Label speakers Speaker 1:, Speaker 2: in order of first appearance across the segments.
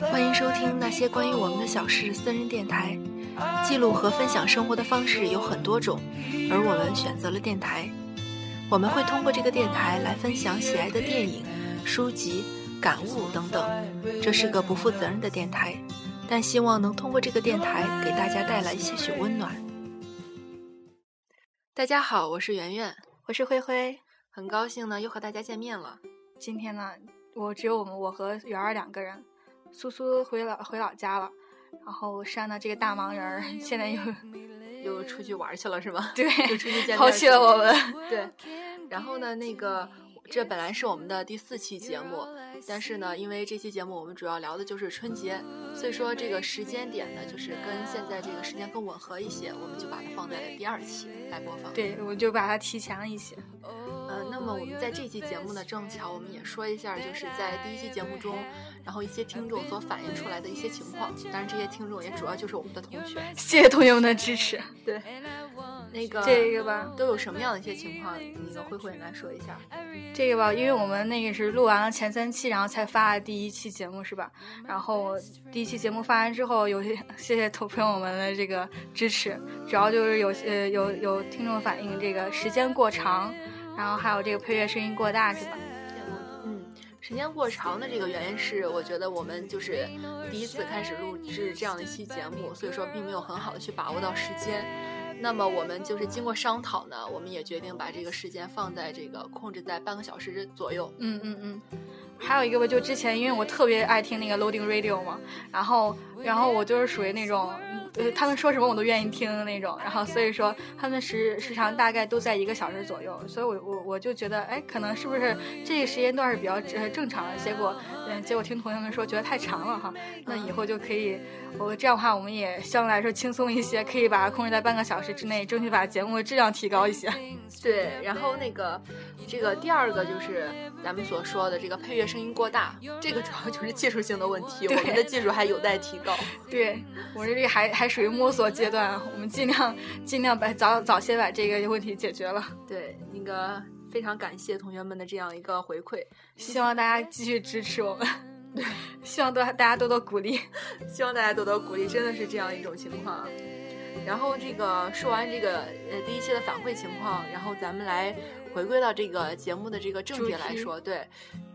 Speaker 1: 欢迎收听那些关于我们的小事私人电台。记录和分享生活的方式有很多种，而我们选择了电台。我们会通过这个电台来分享喜爱的电影、书籍、感悟等等。这是个不负责任的电台，但希望能通过这个电台给大家带来些许温暖。大家好，我是圆圆，
Speaker 2: 我是灰灰。
Speaker 1: 很高兴呢又和大家见面了。
Speaker 2: 今天呢，我只有我们我和圆儿两个人，苏苏回老回老家了，然后山呢这个大忙人儿现 在又
Speaker 1: 又出去玩去了是吗？
Speaker 2: 对
Speaker 1: 又出去见面
Speaker 2: 抛弃了我们。
Speaker 1: 对，然后呢，那个这本来是我们的第四期节目，但是呢，因为这期节目我们主要聊的就是春节，所以说这个时间点呢，就是跟现在这个时间更吻合一些，我们就把它放在了第二期来播放。
Speaker 2: 对，我就把它提前了一些。
Speaker 1: 呃，那么我们在这期节目呢，正巧我们也说一下，就是在第一期节目中，然后一些听众所反映出来的一些情况。当然，这些听众也主要就是我们的同学。
Speaker 2: 谢谢同学们的支持。
Speaker 1: 对，那个
Speaker 2: 这个吧，
Speaker 1: 都有什么样的一些情况？那个慧慧你来说一下。
Speaker 2: 这个吧，因为我们那个是录完了前三期，然后才发了第一期节目，是吧？然后第一期节目发完之后，有些 谢谢同朋友们的这个支持，主要就是有呃有有听众反映这个时间过长，然后还有这个配乐声音过大，是吧？
Speaker 1: 嗯，时间过长的这个原因是，我觉得我们就是第一次开始录制这样的一期节目，所以说并没有很好的去把握到时间。那么我们就是经过商讨呢，我们也决定把这个时间放在这个控制在半个小时左右。
Speaker 2: 嗯嗯嗯。还有一个吧，就之前因为我特别爱听那个 Loading Radio 嘛，然后然后我就是属于那种，呃，他们说什么我都愿意听的那种，然后所以说他们时时长大概都在一个小时左右，所以我我我就觉得，哎，可能是不是这个时间段是比较呃正常的？结果，嗯、结果听同学们说觉得太长了哈，那以后就可以，我这样的话我们也相对来说轻松一些，可以把它控制在半个小时之内，争取把节目的质量提高一些。
Speaker 1: 对，然后那个这个第二个就是咱们所说的这个配乐声音过大，这个主要就是技术性的问题，我
Speaker 2: 对
Speaker 1: 们的技术还有待提高。
Speaker 2: 对我这里还还属于摸索阶段，啊我们尽量尽量把早早些把这个问题解决了。
Speaker 1: 对，那个非常感谢同学们的这样一个回馈，
Speaker 2: 希望大家继续支持我们， 希望多大家多多鼓励。
Speaker 1: 希望大家多多鼓励，真的是这样一种情况。啊。然后这个说完这个呃第一期的反馈情况，然后咱们来回归到这个节目的这个正
Speaker 2: 主
Speaker 1: 题
Speaker 2: 题
Speaker 1: 来说，对，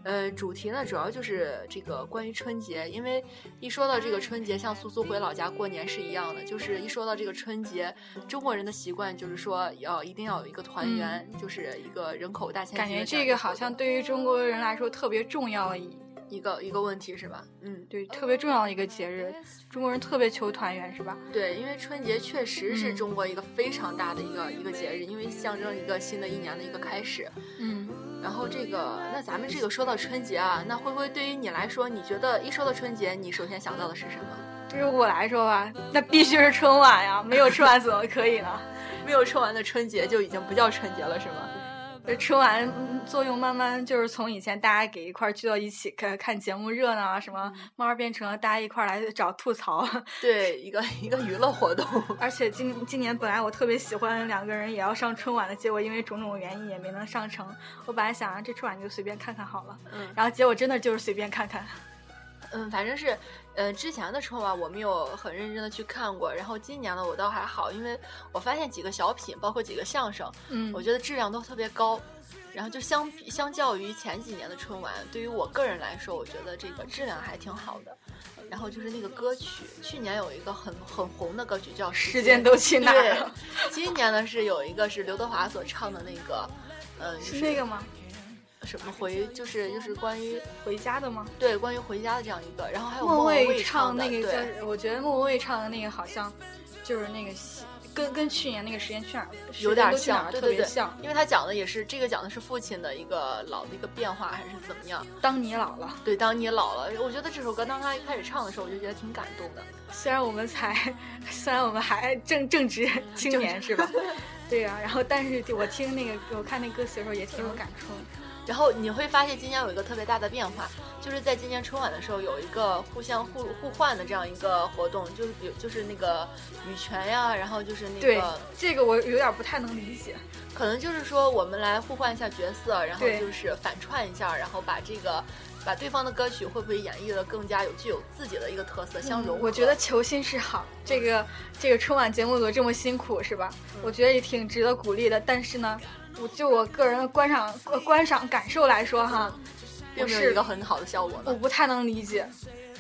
Speaker 1: 呃，主题呢主要就是这个关于春节，因为一说到这个春节，像苏苏回老家过年是一样的，就是一说到这个春节，中国人的习惯就是说要一定要有一个团圆，就是一个人口大迁徙的
Speaker 2: 嗯感
Speaker 1: 样
Speaker 2: 觉
Speaker 1: 一
Speaker 2: 这个好
Speaker 1: 活
Speaker 2: 像
Speaker 1: 动
Speaker 2: 对于中国人来说特别重要的一
Speaker 1: 一个一个问题是吧？嗯，
Speaker 2: 对特别重要的一个节日，中国人特别求团圆，是吧？
Speaker 1: 对，因为春节确实是
Speaker 2: 嗯
Speaker 1: 中国一个非常大的一个、一个节日，因为象征一个新的一年的一个开始。
Speaker 2: 嗯，
Speaker 1: 然后这个，那咱们这个说到春节啊，那灰灰对于你来说，你觉得一说到春节，你首先想到的是什么？
Speaker 2: 对于我来说吧，那必须是春晚呀，没有春晚怎么可以呢？
Speaker 1: 没有吃完的春节就已经不叫春节了，是吗？
Speaker 2: 这春晚嗯作用慢慢就是从以前大家给一块儿聚到一起看看节目热闹啊什么，
Speaker 1: 嗯
Speaker 2: 慢慢变成了大家一块儿来找吐槽。
Speaker 1: 对，一个一个娱乐活动。
Speaker 2: 而且今今年本来我特别喜欢两个人也要上春晚的，结果因为种种原因也没能上成。我本来想着啊这春晚就随便看看好了，
Speaker 1: 嗯
Speaker 2: 然后结果真的就是随便看看。
Speaker 1: 嗯，反正是，呃，之前的春晚我没有很认真的去看过，然后今年呢我倒还好，因为我发现几个小品，包括几个相声，
Speaker 2: 嗯
Speaker 1: 我觉得质量都特别高。然后就相比相较于前几年的春晚，对于我个人来说，我觉得这个质量还挺好的。然后就是那个歌曲，去年有一个很很红的歌曲叫《时
Speaker 2: 时间都去哪儿了？
Speaker 1: 对，今年呢是有一个是刘德华所唱的那个，呃，就是
Speaker 2: 那个吗？
Speaker 1: 什么回，就是就是关于
Speaker 2: 回家的吗？
Speaker 1: 对关于回家的这样一个，然后还有
Speaker 2: 莫
Speaker 1: 文蔚
Speaker 2: 唱
Speaker 1: 的
Speaker 2: 那个
Speaker 1: 对，
Speaker 2: 叫，我觉得莫文蔚唱的那个好像就是那个西跟跟去年那个时间去哪儿
Speaker 1: 有点
Speaker 2: 时间都去哪
Speaker 1: 像，
Speaker 2: 儿
Speaker 1: 对
Speaker 2: 特
Speaker 1: 对
Speaker 2: 别
Speaker 1: 对
Speaker 2: 像。，
Speaker 1: 因为他讲的也是这个讲的是父亲的一个老的一个变化还是怎么样。
Speaker 2: 当你老了，
Speaker 1: 对，当你老了，我觉得这首歌当他一开始唱的时候，我就觉得挺感动的。
Speaker 2: 虽然我们才，虽然我们还正正值青年 是吧？对呀、然后但是我听那个我看那歌词的时候也
Speaker 1: 嗯
Speaker 2: 挺有感触的。
Speaker 1: 然后你会发现今年有一个特别大的变化，就是在今年春晚的时候有一个互相互互换的这样一个活动，就是比如就是那个羽泉呀，然后就是那
Speaker 2: 对
Speaker 1: 个，
Speaker 2: 这个我有点不太能理解。
Speaker 1: 可能就是说我们来互换一下角色，然后
Speaker 2: 对
Speaker 1: 就是反串一下，然后把这个把对方的歌曲会不会演绎的更加有具有自己的一个特色相融合？
Speaker 2: 嗯
Speaker 1: 嗯
Speaker 2: 我觉得求新是好，这个这个春晚节目组这么辛苦是吧？我觉得也挺值得鼓励的。但是呢，我就我个人的观赏呃观赏感受来说哈，
Speaker 1: 并没
Speaker 2: 我
Speaker 1: 有
Speaker 2: 是
Speaker 1: 一个很好的效果
Speaker 2: 我
Speaker 1: 呢。
Speaker 2: 不太能理解。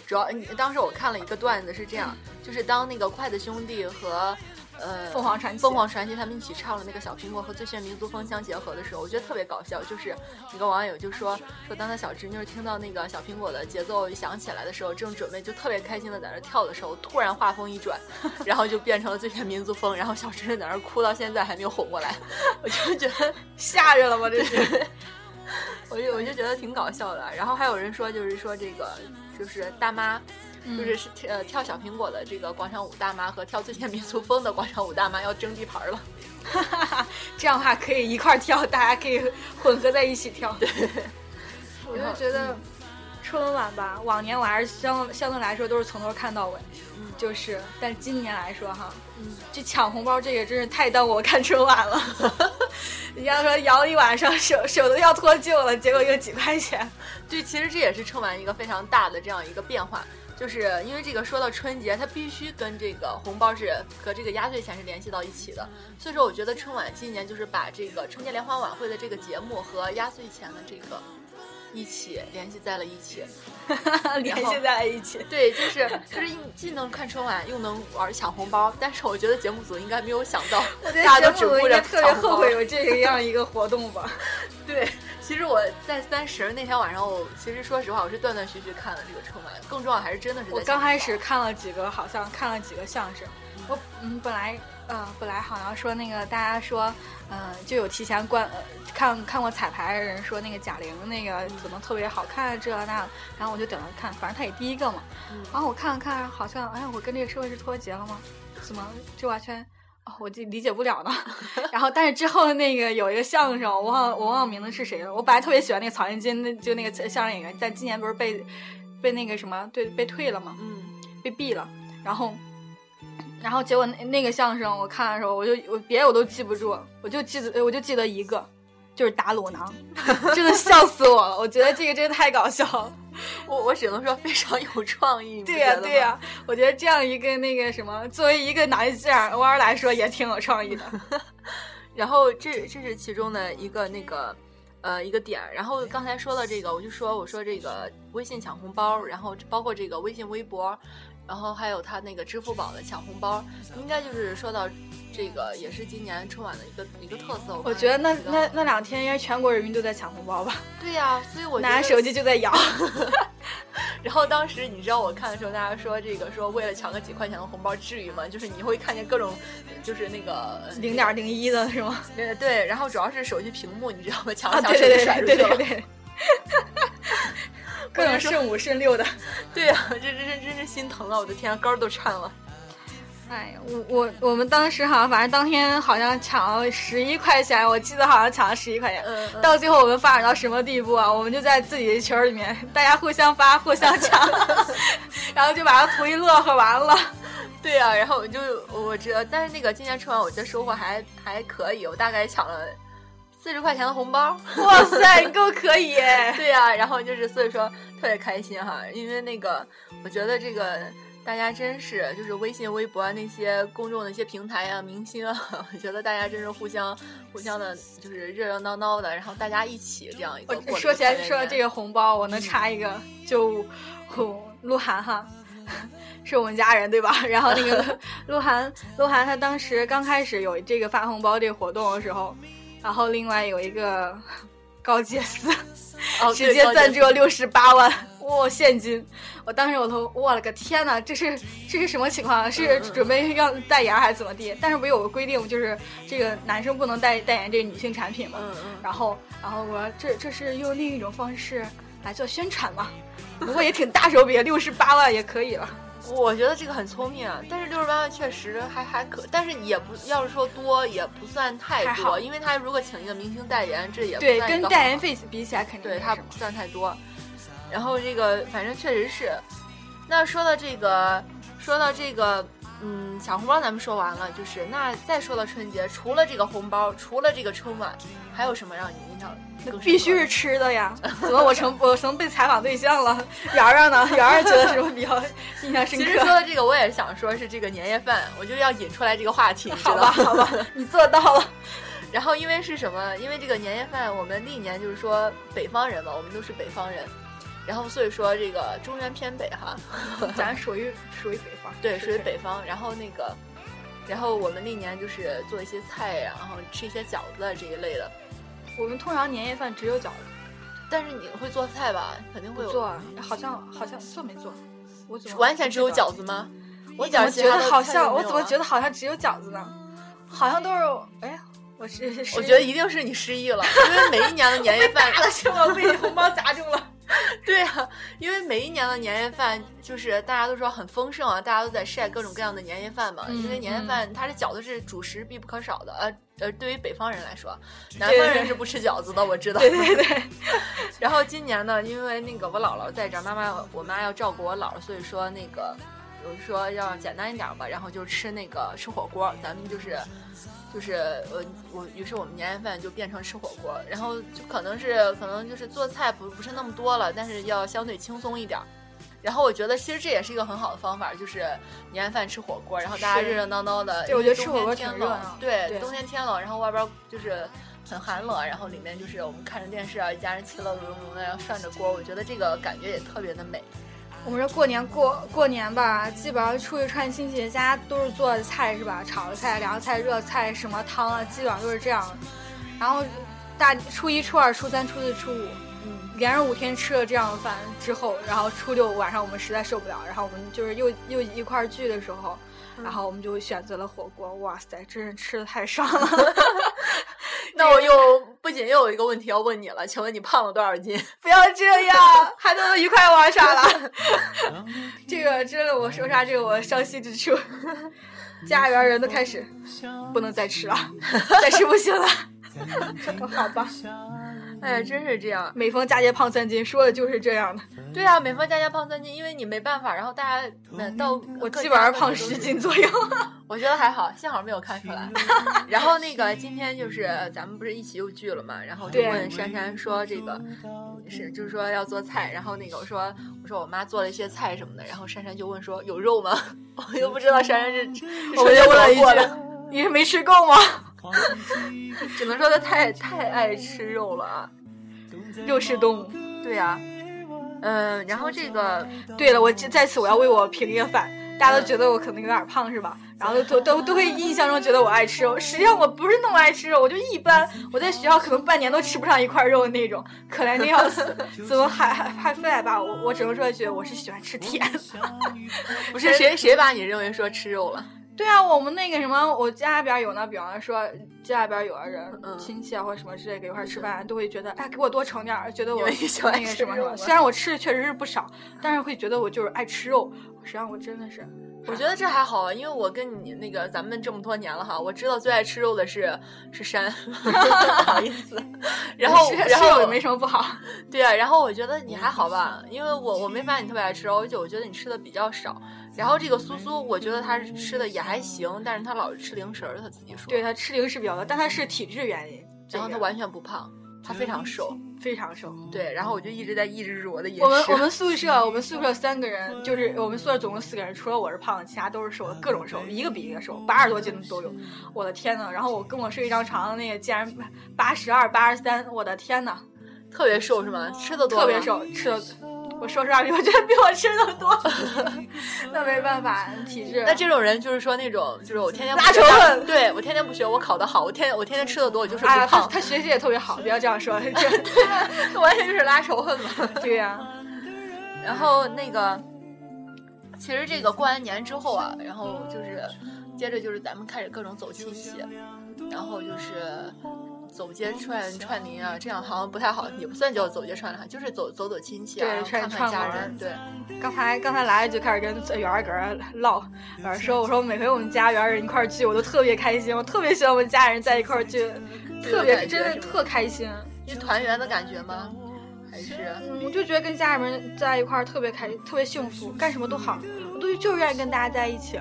Speaker 1: 主要你当时我看了一个段子是这样，就是当那个筷子兄弟和呃
Speaker 2: 凤凰传奇
Speaker 1: 凤凰传奇他们一起唱了那个小苹果和最炫民族风相结合的时候，我觉得特别搞笑。就是一个网友就说说，当他小侄女听到那个小苹果的节奏一响起来的时候，正准备就特别开心的在那儿跳的时候，突然画风一 转，然后就变成了最炫民族风，然后小侄女在那儿哭到现在还没有哄过来， 我就觉 得
Speaker 2: 吓人了吧？这是
Speaker 1: 我就我就觉得挺搞笑的。然后还有人说，就是说这个就是大妈，
Speaker 2: 嗯
Speaker 1: 就是是呃跳小苹果的这个广场舞大妈和跳最炫民族风的广场舞大妈要争地盘儿了。
Speaker 2: 这样的话可以一块儿跳，大家可以混合在一起跳。嗯我就觉得春晚吧，往年我还是相相对来说都是从头看到尾，就是，但是今年来说哈，
Speaker 1: 嗯
Speaker 2: 这抢红包这个真是太当我看春晚了。 人家说摇了一晚上，手手都要脱臼了，结果又几块钱。
Speaker 1: 对，其实这也是春晚一个非常大的这样一个变化，就是因为这个说到春节，它必须跟这个红包是和这个压岁钱是联系到一起的，所以说我觉得春晚今年就是把这个春节联欢晚会的这个节目和压岁钱的这个一起联系在了一起。
Speaker 2: 联系在了一起。
Speaker 1: 对，就是就是你既能看春晚，又能玩抢红包，但是我觉得节目组应该没有想到，大家都只
Speaker 2: 我
Speaker 1: 顾
Speaker 2: 应
Speaker 1: 着
Speaker 2: 该特别
Speaker 1: 抢红
Speaker 2: 后
Speaker 1: 包。
Speaker 2: 悔有这样一个活动吧。
Speaker 1: 对，其实我在三十那天晚上，我其实说实话，我是断断续续看了这个春晚，更重要还是真的是在
Speaker 2: 我
Speaker 1: 抢
Speaker 2: 刚
Speaker 1: 红
Speaker 2: 开
Speaker 1: 包
Speaker 2: 始看了几个，好像看了几个相声。我嗯，本来呃，本来好像说那个大家说，呃，就有提前观、呃、看看过彩排的人说那个贾玲那个怎么特别好看这那的，然后我就等着看，反正她也第一个嘛。然后我看了看，好像哎，我跟这个社会是脱节了吗？怎么这完全？哦，我就理解不了呢。 然后，但是之后那个有一个相声，我忘我忘了名字是谁了。我本来特别喜欢那个曹云金，那就那个相声演员，但今年不是被被那个什么对被退了嘛，
Speaker 1: 嗯，
Speaker 2: 被毙了。然后，然后结果那那个相声我看的时候，我就我别的我都记不住，我就记得我就记得一个，就是打卤囊，真的笑死我了。我觉得这个真的太搞笑了。
Speaker 1: 我我只能说非常有创意，你不
Speaker 2: 对呀、
Speaker 1: 觉得
Speaker 2: 对呀、
Speaker 1: 吗，
Speaker 2: 我觉得这样一个那个什么，作为一个男性偶尔来说也挺有创意的。
Speaker 1: 然后这这是其中的一个那个。呃，一个点儿，然后刚才说到这个，我就说我说这个微信抢红包，然后包括这个微信、微博，然后还有他那个支付宝的抢红包，应该就是说到这个也是今年春晚的一个一个特色。
Speaker 2: 我觉得那
Speaker 1: 看
Speaker 2: 那那两天应该全国人民都在抢红包吧，
Speaker 1: 对呀、所以我觉
Speaker 2: 拿
Speaker 1: 得
Speaker 2: 着手机就在摇。
Speaker 1: 然后当时你知道我看的时候，大家说这个说为了抢个几块钱的红包，至于吗？就是你会看见各种，就是那个
Speaker 2: 零点零一的是吗？
Speaker 1: 对对，然后主要是手机屏幕，你知道吗？抢
Speaker 2: 啊，
Speaker 1: 着抢
Speaker 2: 对
Speaker 1: 手就
Speaker 2: 对对
Speaker 1: 甩
Speaker 2: 对
Speaker 1: 出
Speaker 2: 对
Speaker 1: 去
Speaker 2: 对
Speaker 1: 了。
Speaker 2: 对。各种剩五剩六的，
Speaker 1: 对呀、这这这真是心疼啊！我的天啊，肝儿都颤了。
Speaker 2: 哎呀，我我我们当时好像，反正当天好像抢了十一块钱，我记得好像抢了十一块钱。呃
Speaker 1: 嗯嗯
Speaker 2: 到最后我们发展到什么地步啊？我们就在自己的群儿里面， 大家互相发、互相抢， 然后就把图一乐呵完了。
Speaker 1: 对呀、然后我就我知道，但是那个今年春晚，我觉得收获还还可以，我大概抢了四十块钱的红包。
Speaker 2: 哇塞，你够可以耶！
Speaker 1: 对呀、然后就是所以说特别开心哈，因为那个我觉得这个大家真是就是微信、微博啊那些公众的一些平台啊、明星啊， 我觉得大家真是互相互相的，就是热热闹闹的，然后大家一哦起这样一个
Speaker 2: 我呃说起来说到这
Speaker 1: 个，
Speaker 2: 个红包，我能插一
Speaker 1: 嗯
Speaker 2: 个，就我鹿晗哈， 是我们家人对吧？ 然后那个鹿 晗，鹿晗他当时刚开始有这个发红包这个活动的时候，然后另外有一个 高洁丝。
Speaker 1: 哦、
Speaker 2: 直接赞助
Speaker 1: 对。高姐
Speaker 2: 六十八万，哇、现金！我当时我都，我了个天呐，这是这是什么情况啊？
Speaker 1: 嗯
Speaker 2: 是准备让代言还是怎么地？但是不是有个规定，就是这个男生不能代代言这个女性产品吗？
Speaker 1: 嗯嗯，
Speaker 2: 然后，然后我说这这是用另一种方式来做宣传嘛？不过也挺大手笔，六十八万也可 以了。
Speaker 1: 我觉得这个很聪明啊，但是六十八万确实还还可，但是也不要是说多也不算太
Speaker 2: 还
Speaker 1: 多，
Speaker 2: 好
Speaker 1: 因为他如果请一个明星代言，这也不
Speaker 2: 对，
Speaker 1: 算一
Speaker 2: 跟
Speaker 1: 个
Speaker 2: 代
Speaker 1: 好
Speaker 2: 言费比起来，肯定
Speaker 1: 对
Speaker 2: 没
Speaker 1: 它
Speaker 2: 什么
Speaker 1: 不算太多。然后这个反正确实是，那说到这个，说到这个，嗯，小红包咱们说完了，就是那再说到春节，除了这个红包，除了这个春晚，还有什么让你印象更深刻的？
Speaker 2: 必须是吃 的呀！怎么我成我成被采访对象了？圆儿啊 呢？圆儿觉得什么比较印象深
Speaker 1: 其实说
Speaker 2: 刻？
Speaker 1: 到这个，我也想说是这个年夜饭，我就要引出来这个话题，你知
Speaker 2: 好
Speaker 1: 道
Speaker 2: 吧，好吧， 你做到了。
Speaker 1: 然后因为是什么？因为这个年夜饭，我们历年就是说北方人嘛，我们都是北方人，然后所以说这个中原偏北哈，
Speaker 2: 咱属于属于北方，
Speaker 1: 对，
Speaker 2: 是
Speaker 1: 属于
Speaker 2: 是
Speaker 1: 北方。然后那个，然后我们历年就是做一些菜，然后吃一些饺子啊这一类的。
Speaker 2: 我们通常年夜饭只有饺子，
Speaker 1: 但是你会做菜吧？肯定会
Speaker 2: 不
Speaker 1: 有。
Speaker 2: 做，啊好像好像做没做？我怎么
Speaker 1: 完全只有饺
Speaker 2: 子？
Speaker 1: 子吗？
Speaker 2: 我
Speaker 1: 一
Speaker 2: 怎
Speaker 1: 点
Speaker 2: 么
Speaker 1: 儿其
Speaker 2: 觉
Speaker 1: 他的
Speaker 2: 得好
Speaker 1: 菜都
Speaker 2: 像
Speaker 1: 没
Speaker 2: 我
Speaker 1: 有
Speaker 2: 怎么
Speaker 1: 吗
Speaker 2: 觉得好像只有饺子呢？好像都是哎，我是
Speaker 1: 我觉得一定是你失忆了，因为每一年的年夜饭
Speaker 2: 是我被红包砸中了。
Speaker 1: 对啊，因为每一年的年夜饭就是大家都说很丰盛啊，大家都在晒各种各样的年夜饭嘛。
Speaker 2: 嗯
Speaker 1: 因为年夜饭它的饺子是主食必不可少的，呃呃，对于北方人来说，南
Speaker 2: 对
Speaker 1: 方
Speaker 2: 对
Speaker 1: 人是不吃饺子的，我知道。
Speaker 2: 对对对，
Speaker 1: 然后今年呢，因为那个我姥姥在这儿，妈妈我妈要照顾我姥姥，所以说那个我说要简单一点吧，然后就吃那个吃火锅，咱们就是。就是呃我于是我们年夜饭就变成吃火锅，然后就可能是可能就是做菜不不是那么多了，但是要相对轻松一点儿。然后我觉得其实这也是一个很好的方法，就是年夜饭吃火锅，然后大家
Speaker 2: 是
Speaker 1: 热热闹闹的。
Speaker 2: 对我觉得吃火锅
Speaker 1: 因为冬天天冷
Speaker 2: 挺热闹
Speaker 1: 对，
Speaker 2: 对
Speaker 1: 冬天天冷，然后外边就是很寒冷，然后里面就是我们看着电视啊，一家人其乐融融的，然后涮着锅，我觉得这个感觉也特别的美。
Speaker 2: 我们这过年过过年吧，基本上出去串亲戚家都是做的菜是吧？炒的菜、凉菜、热菜，什么汤啊，基本上都是这样的。然后大初一、初二、初三、初四、初五，
Speaker 1: 嗯，
Speaker 2: 连着五天吃了这样的饭之后，然后初六晚上我们实在受不了，然后我们就是又又一块儿聚的时候，嗯然后我们就选择了火锅。哇塞，真是吃的太爽了！
Speaker 1: 那我又不仅又有一个问题要问你了，请问你胖了多少斤？
Speaker 2: 不要这 样，还能愉快玩耍 了？这个真的，我说啥这个我伤心 之处，家里边人都开始不能再吃了， 再吃不行了。哦好吧，
Speaker 1: 哎呀，真是这样。
Speaker 2: 每逢佳节胖三斤，说的就是这样的。
Speaker 1: 对啊，每逢佳节胖三斤，因为你没办法，然后大家呃到
Speaker 2: 我
Speaker 1: 各
Speaker 2: 基
Speaker 1: 家
Speaker 2: 本上
Speaker 1: 各
Speaker 2: 胖
Speaker 1: 地都
Speaker 2: 十
Speaker 1: 是
Speaker 2: 斤左右。
Speaker 1: 我觉得还好，幸好没有看出来。然后那个今天就是咱们不是一起又聚了嘛，然后就
Speaker 2: 对
Speaker 1: 问珊珊说这个是就是说要做菜，然后那个我说我说我妈做了一些菜什么的，然后珊珊就问说有肉吗？ 我又不知道珊珊是，
Speaker 2: 我就问了一
Speaker 1: 是怎么过
Speaker 2: 句：“你是没吃够吗？
Speaker 1: 的，只能说她太太爱吃肉了啊。
Speaker 2: 肉
Speaker 1: 嗯
Speaker 2: 食 动物。”
Speaker 1: 对呀、嗯，然后这个
Speaker 2: 对了，我这在此我要为我平夜饭，大家都觉得我可能有点胖是吧？然后都都都会印象中觉得我爱吃肉，实际上我不是那么爱吃肉，我就一般。我在学校可能半年都吃不上一块肉的那种，可怜的要死。怎么还还还非得把我？我只能说一句，我是喜欢吃甜。
Speaker 1: 不是谁谁把你认为说吃肉了？
Speaker 2: 对啊，我们那个什么，我家里边有呢，比方说家里边有的人、
Speaker 1: 嗯
Speaker 2: 亲戚啊或者什么之类给一块儿吃饭，都会觉得哎给我多盛点儿，觉得我
Speaker 1: 因为你喜欢
Speaker 2: 那个
Speaker 1: 吃
Speaker 2: 什么什
Speaker 1: 肉
Speaker 2: 么。
Speaker 1: 吗
Speaker 2: 虽然我吃的确实是不少，但是会觉得我就是爱吃肉。实际上我真的是，
Speaker 1: 我觉得这还好啊，因为我跟你那个咱们这么多年了哈，我知道最爱吃肉的是是山，不好意思。 然后
Speaker 2: 是
Speaker 1: 然
Speaker 2: 是
Speaker 1: 后
Speaker 2: 也没什么不好。
Speaker 1: 对啊，然后我觉得你还好吧，因为我我没发现你特别爱吃肉，而且我觉得你吃的比较少。然后这个苏苏，我觉得他是吃的也还行，但是他老是吃零食儿，他自己说。
Speaker 2: 对，他吃零食比较多，但他是体质原因，
Speaker 1: 然后他
Speaker 2: 这个
Speaker 1: 完嗯全不胖，他非常瘦。
Speaker 2: 非常瘦。
Speaker 1: 对，然后我就一直在抑制住我的饮食。
Speaker 2: 我们我们宿舍我们宿舍三个人，就是我们宿舍总共四个人，除了我是胖的，其他都是瘦的，各种瘦，一个比一个瘦，八十多斤的都有。我的天呐！然后我跟我睡一张床的那个竟然八十二、八十三，我的天呐，
Speaker 1: 特别瘦是吗？吃的多，
Speaker 2: 特别。瘦，吃的。我说实话，我觉得比我吃的多， 那没办法，体质。啊
Speaker 1: 那这种人就是说那种，就是我天天不
Speaker 2: 拉
Speaker 1: 学
Speaker 2: 仇恨
Speaker 1: 对我天天不学，我考得好，我天我天天吃的多，我就是不
Speaker 2: 哎呀，他
Speaker 1: 胖。
Speaker 2: 他学习也特别好，不要这样说。 这
Speaker 1: 完全就是拉仇恨嘛。
Speaker 2: 对呀、
Speaker 1: 然后那个，其实这个过完年之后啊，然后就是接着就是咱们开始各种走亲戚，然后就是走街串串邻啊，这样好像不太好，也不算叫走街串邻，就是走走走亲戚啊，
Speaker 2: 对
Speaker 1: 然后
Speaker 2: 串
Speaker 1: 看看
Speaker 2: 串
Speaker 1: 家
Speaker 2: 门儿
Speaker 1: 人，对。
Speaker 2: 刚才刚才来就开始跟圆儿搁这唠，圆儿说我说每回我们家圆儿人一块儿聚，我都特别开心，我特别喜欢我们家人在一块儿聚，特
Speaker 1: 感觉
Speaker 2: 别真
Speaker 1: 嗯是
Speaker 2: 的
Speaker 1: 吧
Speaker 2: 特开心。
Speaker 1: 是团圆的感觉吗？还是
Speaker 2: 嗯，我就觉得跟家里面在一块儿特别开，特别幸福，干什么都好，我都就是愿意跟大家在一起。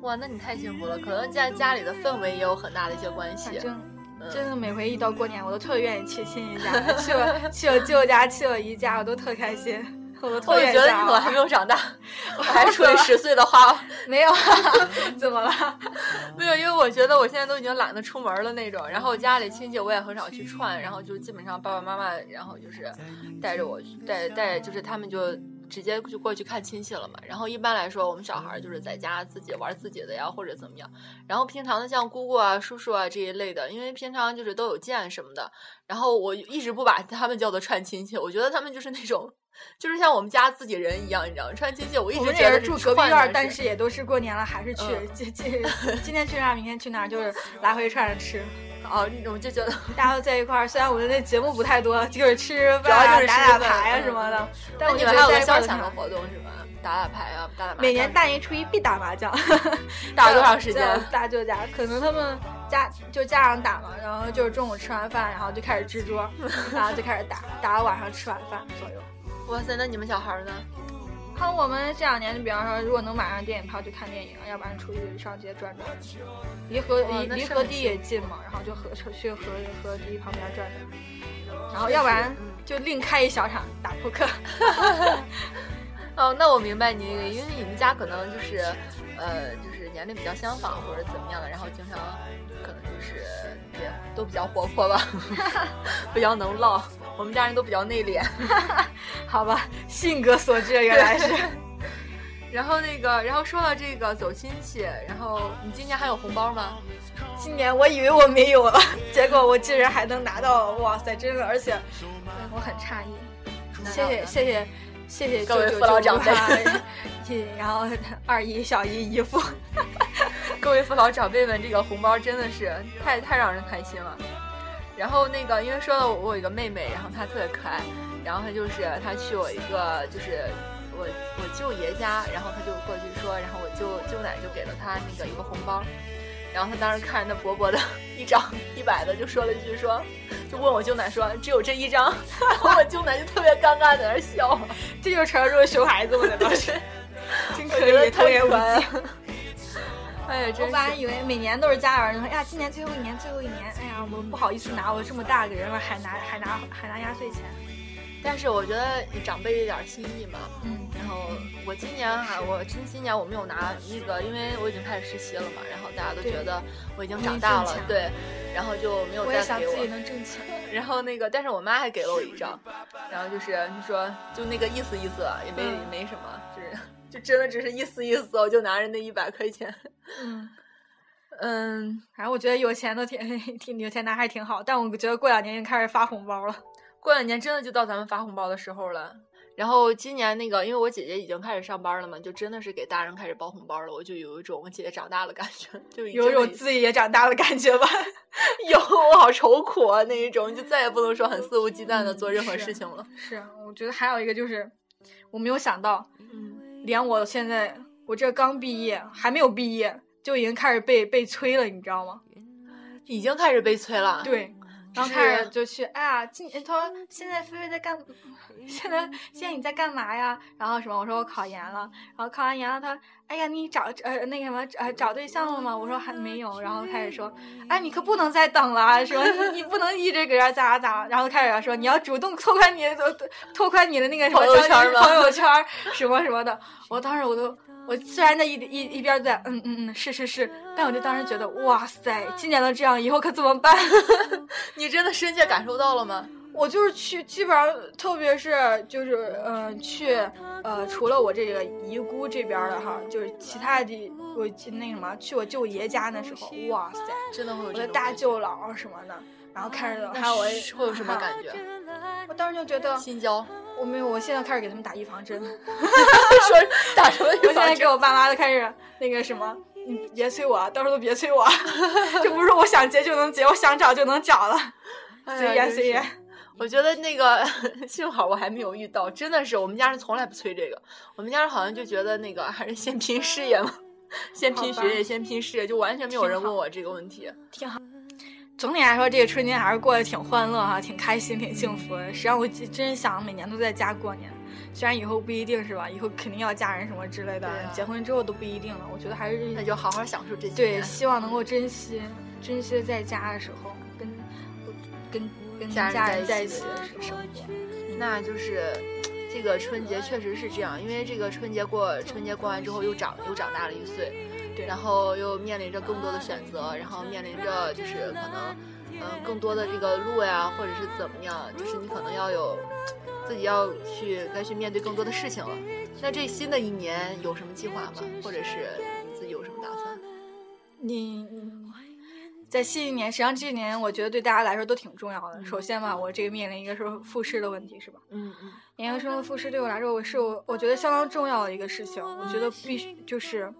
Speaker 1: 哇，那你太幸福了，可能家家里的氛围也有很大的一些关
Speaker 2: 反
Speaker 1: 系。
Speaker 2: 正
Speaker 1: 嗯
Speaker 2: 啊真的每回一到过年，我都特别愿意去亲戚家，去我去我舅家，去我姨家，我都特开心，我都特
Speaker 1: 我也
Speaker 2: 愿
Speaker 1: 觉
Speaker 2: 意
Speaker 1: 得你
Speaker 2: 家
Speaker 1: 怎么还没有 长大，我还处于十岁的花，
Speaker 2: 没有，啊 怎么了？
Speaker 1: 没有，因为我觉得我现在都已经懒得出门了那种。然后家里亲戚我也很少去串，然后就基本上爸爸妈妈，然后就是带着我去带带，就是他们就直接就过去看亲戚了嘛。然后一般来说，我们小孩儿就是在家自己玩自己的呀，或者怎么样。然后平常的像姑姑啊、叔叔啊这一类的，因为平常就是都有见什么的。然后我一直不把他们叫做串亲戚，我觉得他们就是那种。就是像我们家自己人一样，你知道吗？串亲戚，我一
Speaker 2: 我
Speaker 1: 直
Speaker 2: 们
Speaker 1: 觉
Speaker 2: 也
Speaker 1: 得
Speaker 2: 是住隔壁
Speaker 1: 串
Speaker 2: 院儿，
Speaker 1: 着
Speaker 2: 但是也都是过年了，还是去
Speaker 1: 嗯
Speaker 2: 今今今天去那儿，明天去那儿，就是来回串着吃，
Speaker 1: 啊，我就觉得
Speaker 2: 大家都在一块儿。虽然我们的节目不太多，就是吃
Speaker 1: 主要
Speaker 2: 饭啊
Speaker 1: 就是吃
Speaker 2: 打打
Speaker 1: 饭
Speaker 2: 牌啊
Speaker 1: 嗯
Speaker 2: 什么的，
Speaker 1: 那
Speaker 2: 但我
Speaker 1: 你
Speaker 2: 就
Speaker 1: 们
Speaker 2: 觉
Speaker 1: 还有个
Speaker 2: 得在一块
Speaker 1: 消
Speaker 2: 儿
Speaker 1: 遣
Speaker 2: 都
Speaker 1: 的
Speaker 2: 挺好。
Speaker 1: 活动是吧？打打牌啊，打打麻将。
Speaker 2: 每年大年初一必打麻将，
Speaker 1: 打了多长时间啊
Speaker 2: 在我大舅家，可能他们家就家长打嘛，然后就是中午吃完饭，然后就开始支桌，然后就开始打，打到晚上吃晚饭左右。
Speaker 1: 哇塞，那你们小孩儿呢？
Speaker 2: 还有我们这两年，就比方说，如果能买上电影票就看电影，要不然出去上街转转。离河
Speaker 1: 哇
Speaker 2: 离
Speaker 1: 那
Speaker 2: 离
Speaker 1: 是
Speaker 2: 河
Speaker 1: 很
Speaker 2: 堤
Speaker 1: 幸
Speaker 2: 也近嘛，然后就河去河河堤旁边转转，然后要不然
Speaker 1: 嗯
Speaker 2: 就另开一小场打扑克。
Speaker 1: 哦，那我明白你，因为你们家可能就是，呃，就是年龄比较相仿或者怎么样的，然后经常可能就是也都比较活泼吧， 比较能唠。我们家人都比较内敛。
Speaker 2: 好吧，性格所致，原来是。
Speaker 1: 然后那个，然后说到这个走亲戚，然后你今年还有红包吗？
Speaker 2: 今年我以为我没有了，结果我竟然还能拿到，哇塞，真的，而且我很诧异。谢谢谢谢谢谢
Speaker 1: 各位
Speaker 2: 舅舅
Speaker 1: 父老
Speaker 2: 舅
Speaker 1: 长辈
Speaker 2: 妈一然后二姨、小姨、姨父，
Speaker 1: 各位父老长辈们，这个红包真的是太太让人开心了。然后那个，因为说到我我有一个妹妹，然后她特别可爱，然后她就是她去我一个就是我我舅爷家，然后她就过去说，然后我舅舅奶就给了她那个一个红包，然后她当时看着那薄薄的 一张一百的，就说了一句说，就问我舅奶说只有这一张， 然后我舅奶就特别尴尬在那儿笑，
Speaker 2: 这就是传说中熊孩子们的东 西，真
Speaker 1: 我
Speaker 2: 可
Speaker 1: 觉得
Speaker 2: 以，童
Speaker 1: 太
Speaker 2: 言无
Speaker 1: 可爱了
Speaker 2: 忌。。
Speaker 1: 哎呀，
Speaker 2: 我
Speaker 1: 真
Speaker 2: 本
Speaker 1: 是。
Speaker 2: 来以为每年都是家人，哎呀，今年最后一年，最后一年，哎呀，我不好意思拿，我这么大个人了，还拿还拿还拿压岁钱。
Speaker 1: 但是我觉得你长辈一点儿心意嘛，
Speaker 2: 嗯，
Speaker 1: 然后我今年啊，我今今年我没有拿那个，因为我已经开始实习了嘛，然后大家都
Speaker 2: 对
Speaker 1: 觉得我已经长大
Speaker 2: 你已
Speaker 1: 了
Speaker 2: 经，挣
Speaker 1: 对，然后就没有
Speaker 2: 我也
Speaker 1: 再
Speaker 2: 想
Speaker 1: 给
Speaker 2: 自己
Speaker 1: 我。
Speaker 2: 能挣钱。
Speaker 1: 然后那个，但是我妈还给了我一张，然后就是就说就那个意思意思啊，也没、
Speaker 2: 嗯
Speaker 1: 也没什么，就是就真的只是意思意思，我就拿着那一百块钱，
Speaker 2: 嗯，
Speaker 1: 嗯，
Speaker 2: 反正我觉得有钱都挺 挺有钱拿还挺好，但我觉得过两年就开始发红包了。
Speaker 1: 过两年真的就到咱们发红包的时候了。然后今年那个，因为我姐姐已经开始上班了嘛，就真的是给大人开始包红包了，我就有一种我姐姐长大了感觉，就已经
Speaker 2: 有一种
Speaker 1: 已
Speaker 2: 自己也长大的感觉吧。
Speaker 1: 有，我好愁苦啊那一种，就再也不能说很肆无忌惮的做任何事情了。
Speaker 2: 嗯是，啊我觉得还有一个就是，我没有想到，
Speaker 1: 嗯，
Speaker 2: 连我现在我这刚毕业，还没有毕业，就已经开始被被催了，你知道吗？
Speaker 1: 已经开始被催了。，
Speaker 2: 对。然后开始就去，哎呀，今他说现在菲菲在干， 现在现在你在干嘛呀？然后什么？我说我考研了，然后考完研了，他，哎呀，你找呃那个什么呃找对象了吗？我说还没有，然后开始说，哎，你可不能再等了啊，说你你不能一直搁这儿咋咋，然后开始说你要主动拓宽你的拓宽你的那个什么
Speaker 1: 朋友圈
Speaker 2: 交际
Speaker 1: 吗
Speaker 2: 朋友圈儿什么什么的，我当时我都。我虽然在一一一边在嗯嗯嗯是是是，但我就当时觉得哇塞，今年都这样，以后可怎么办？
Speaker 1: 你真的深切感受到了吗？
Speaker 2: 我就是去，基本上，特别是就是，呃，去，呃，除了我这个姨姑这边儿的哈，就是其他的，我去那什么，去我舅爷家那时候，哇塞，
Speaker 1: 真的会有
Speaker 2: 我
Speaker 1: 这
Speaker 2: 的
Speaker 1: 种
Speaker 2: 大
Speaker 1: 感觉
Speaker 2: 舅姥啊什么的，然后开始
Speaker 1: 啊那
Speaker 2: 还有我，
Speaker 1: 是会有什么感 觉？
Speaker 2: 我当时就觉得，
Speaker 1: 心焦，
Speaker 2: 我没有，我现在开始给他们打预防针，我
Speaker 1: 说打什么预
Speaker 2: 现在
Speaker 1: 防
Speaker 2: 给
Speaker 1: 针？
Speaker 2: 我爸妈都开始那个什么，你别催我，啊到时候都别催我，这不是我想 结就能结，我想找就能找了，
Speaker 1: 哎呀
Speaker 2: 随
Speaker 1: 真
Speaker 2: 缘
Speaker 1: 是
Speaker 2: 随缘。
Speaker 1: 我觉得那个 幸好我还没有遇到，真的是我们家人从来不催这个，我们家人好像就觉得那个 还是先拼事业嘛，先拼
Speaker 2: 好
Speaker 1: 学业，
Speaker 2: 吧
Speaker 1: 先拼事业，就完全没有人
Speaker 2: 挺好
Speaker 1: 问我这个问题。
Speaker 2: 总体来说，这个春节还是过得挺欢乐哈、挺开心、挺幸福的。谁让我真真想每年都在家过年，虽然以后不一定是吧，以后肯定要嫁人什么之类的，
Speaker 1: 对啊
Speaker 2: 结婚之后都不一定了。我觉得还是
Speaker 1: 那就好好享受这几
Speaker 2: 对，
Speaker 1: 年。
Speaker 2: 希望能够珍惜，珍惜在家的时候，跟跟跟
Speaker 1: 家人
Speaker 2: 家
Speaker 1: 在
Speaker 2: 人
Speaker 1: 一
Speaker 2: 在一
Speaker 1: 起
Speaker 2: 起
Speaker 1: 的
Speaker 2: 的时候生活。
Speaker 1: 那就是这个春节确实是这样，因为这个春节过春节过完之后又长又长大了一岁，
Speaker 2: 对
Speaker 1: 然后又面临着更多的选择，然后面临着就是可能嗯、呃更多的这个路呀，或者是怎么样，就是你可能要有自己要去该去面对更多的事情了。那这新的一年有什么计划吗？或者是你自己有什么打算？
Speaker 2: 你在新一年，实际上这一年我觉得对大家来说都挺重要的。首先吧，我这个面临一个是复试的问题，是吧？
Speaker 1: 嗯嗯，
Speaker 2: 研究生的复试对我来说，我是我我觉得相当重要的一个事情。我觉得必须就是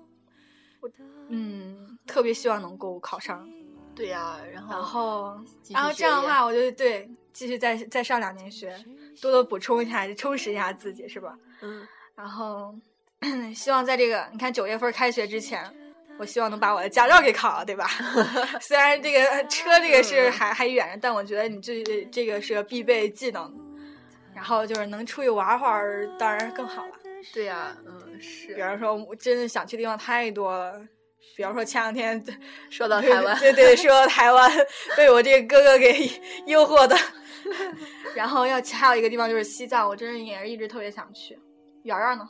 Speaker 2: 我嗯，特别希望能够考上，
Speaker 1: 对呀、然后
Speaker 2: 然后
Speaker 1: 继续
Speaker 2: 然后这样
Speaker 1: 学
Speaker 2: 的
Speaker 1: 业
Speaker 2: 话，我就对继续再再上两年学，多多补充一下，充实一下自己，是吧？
Speaker 1: 嗯，
Speaker 2: 然后 希望在这个你看九月份开学之前，我希望能把我的驾照给考了，对吧？ 虽然 这个车这个是还还远着，但我觉得你这这个是个必备技能。然后就是能出去玩会儿，当然是更好了。
Speaker 1: 对呀、嗯
Speaker 2: 比
Speaker 1: 是。
Speaker 2: 方说，我真的想去的地方太多了。比方说，前两天，
Speaker 1: 说到台湾
Speaker 2: 对对，说到台湾 被我这个哥哥给 诱惑的。然后要还有一个地方就是西藏，我真是也是一直特别想去。圆圆呢？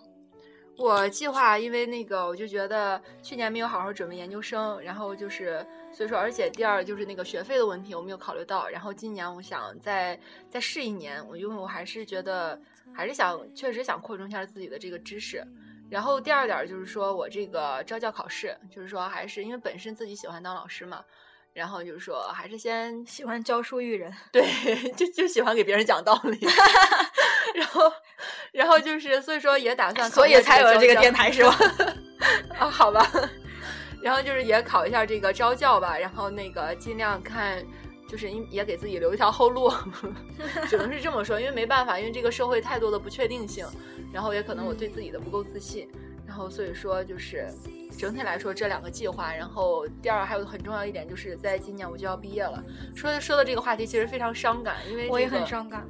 Speaker 1: 我计划，因为那个，我就觉得去年没有好好准备研究生，然后就是，所以说，而且第二就是那个学费的问题我没有考虑到，然后今年我想再再试一年，我因为我还是觉得还是想确实想扩充一下自己的这个知识，然后第二点就是说我这个招教考试，就是说还是因为本身自己喜欢当老师嘛，然后就是说还是先
Speaker 2: 喜欢教书育人。
Speaker 1: 对， 就就喜欢给别人讲道理， 然后，然后就是，所以说也打算考
Speaker 2: 所
Speaker 1: 虑
Speaker 2: 以才有
Speaker 1: 招
Speaker 2: 这个
Speaker 1: 教
Speaker 2: 电台是 吧？
Speaker 1: 啊，好吧，然后就是也考一下这个招教吧，然后那个尽量看，就是因也给自己留一条后路， 只能是这么说，因为没办法，因为这个社会太多的不确定性，然后也可能我对自己的不够自信，然后所以说就是整体来说这两个计划，然后第二还有很重要一点就是在今年我就要毕业了，说说到这个话题其实非常伤感，因为、
Speaker 2: 我也很。伤感。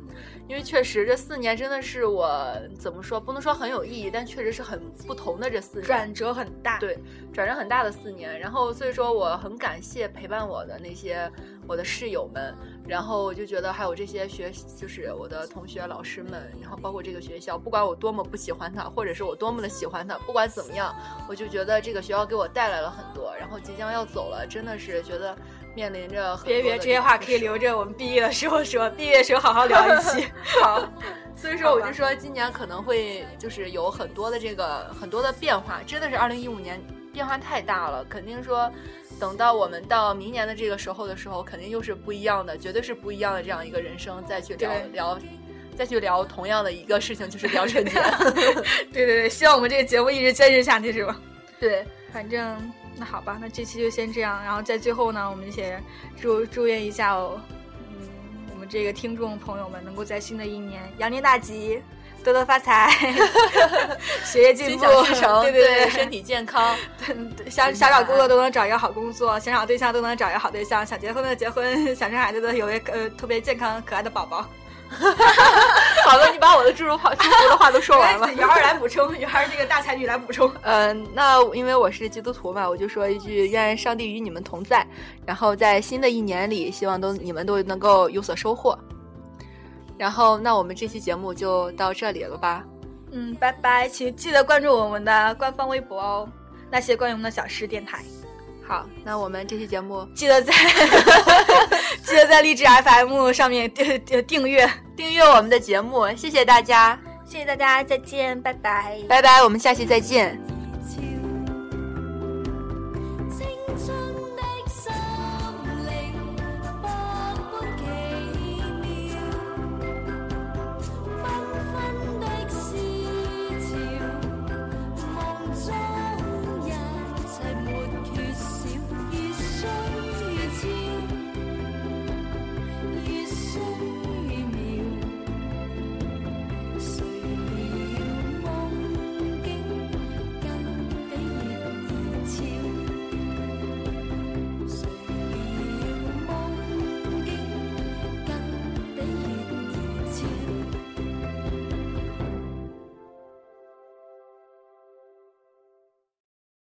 Speaker 1: 因为确实这四年真的是我怎么说，不能说很有意义，但确实是很不同的这四年，
Speaker 2: 转折很大。
Speaker 1: 对转折很大的四年。然后所以说我很感谢陪伴我的那些我的室友们，然后我就觉得还有这些学，就是我的同学、老师们，然后包括这个学校，不管我多么不喜欢它，或者是我多么的喜欢它，不管怎么样，我就觉得这个学校给我带来了很多。然后即将要走了，真的是觉得面临着很
Speaker 2: 别
Speaker 1: 多
Speaker 2: 别，
Speaker 1: 的
Speaker 2: 这些话可以留着我们毕业的时候说，毕业的时候好好聊一 期。好，
Speaker 1: 所以说，我就说今年可能会就是有很多的这个很多的变化，真的是二零一五年变化太大了，肯定说等到我们到明年的这个时候的时候，肯定又是不一样的，绝对是不一样的这样一个人生，再去聊
Speaker 2: 对
Speaker 1: 聊。再去聊同样的一个事情，就是聊春 节。
Speaker 2: 对对对，希望我们这个节目一直坚持下去，是吧？
Speaker 1: 对，
Speaker 2: 反正那好吧，那这期就先这样。然后在最后呢，我们一起祝祝愿一下哦，嗯，我们这个听众朋友们能够在新的一年羊年大吉，多多发 财，学业进
Speaker 1: 心
Speaker 2: 步
Speaker 1: 想， 事成，
Speaker 2: 对对，
Speaker 1: 身体健康。
Speaker 2: 对想想找工作都能找一个好工作，想找对象都能找一个好对象，想结婚的结婚，想生孩子的有一个呃特别健康可爱的宝宝。
Speaker 1: 好了，你把我的祝福话、祝福的话都说完 了。
Speaker 2: 瑶儿来补充，瑶儿这个大才女来补充。
Speaker 1: 嗯，那因为我是基督徒嘛，我就说一句：愿上帝与你们同在。然后在新的一年里，希望都你们都能够有所收获。然后，那我们这期节目就到这里了吧？
Speaker 2: 嗯，拜拜，请记得关注我们的官方微博哦。那些关于我们的小事电台，
Speaker 1: 好，那我们这期节目
Speaker 2: 记得在 记得在荔枝 FM 上面订订订阅。
Speaker 1: 订阅我们的节目，谢谢大家，
Speaker 2: 谢谢大家，再见，拜拜。
Speaker 1: 拜拜，我们下期再见。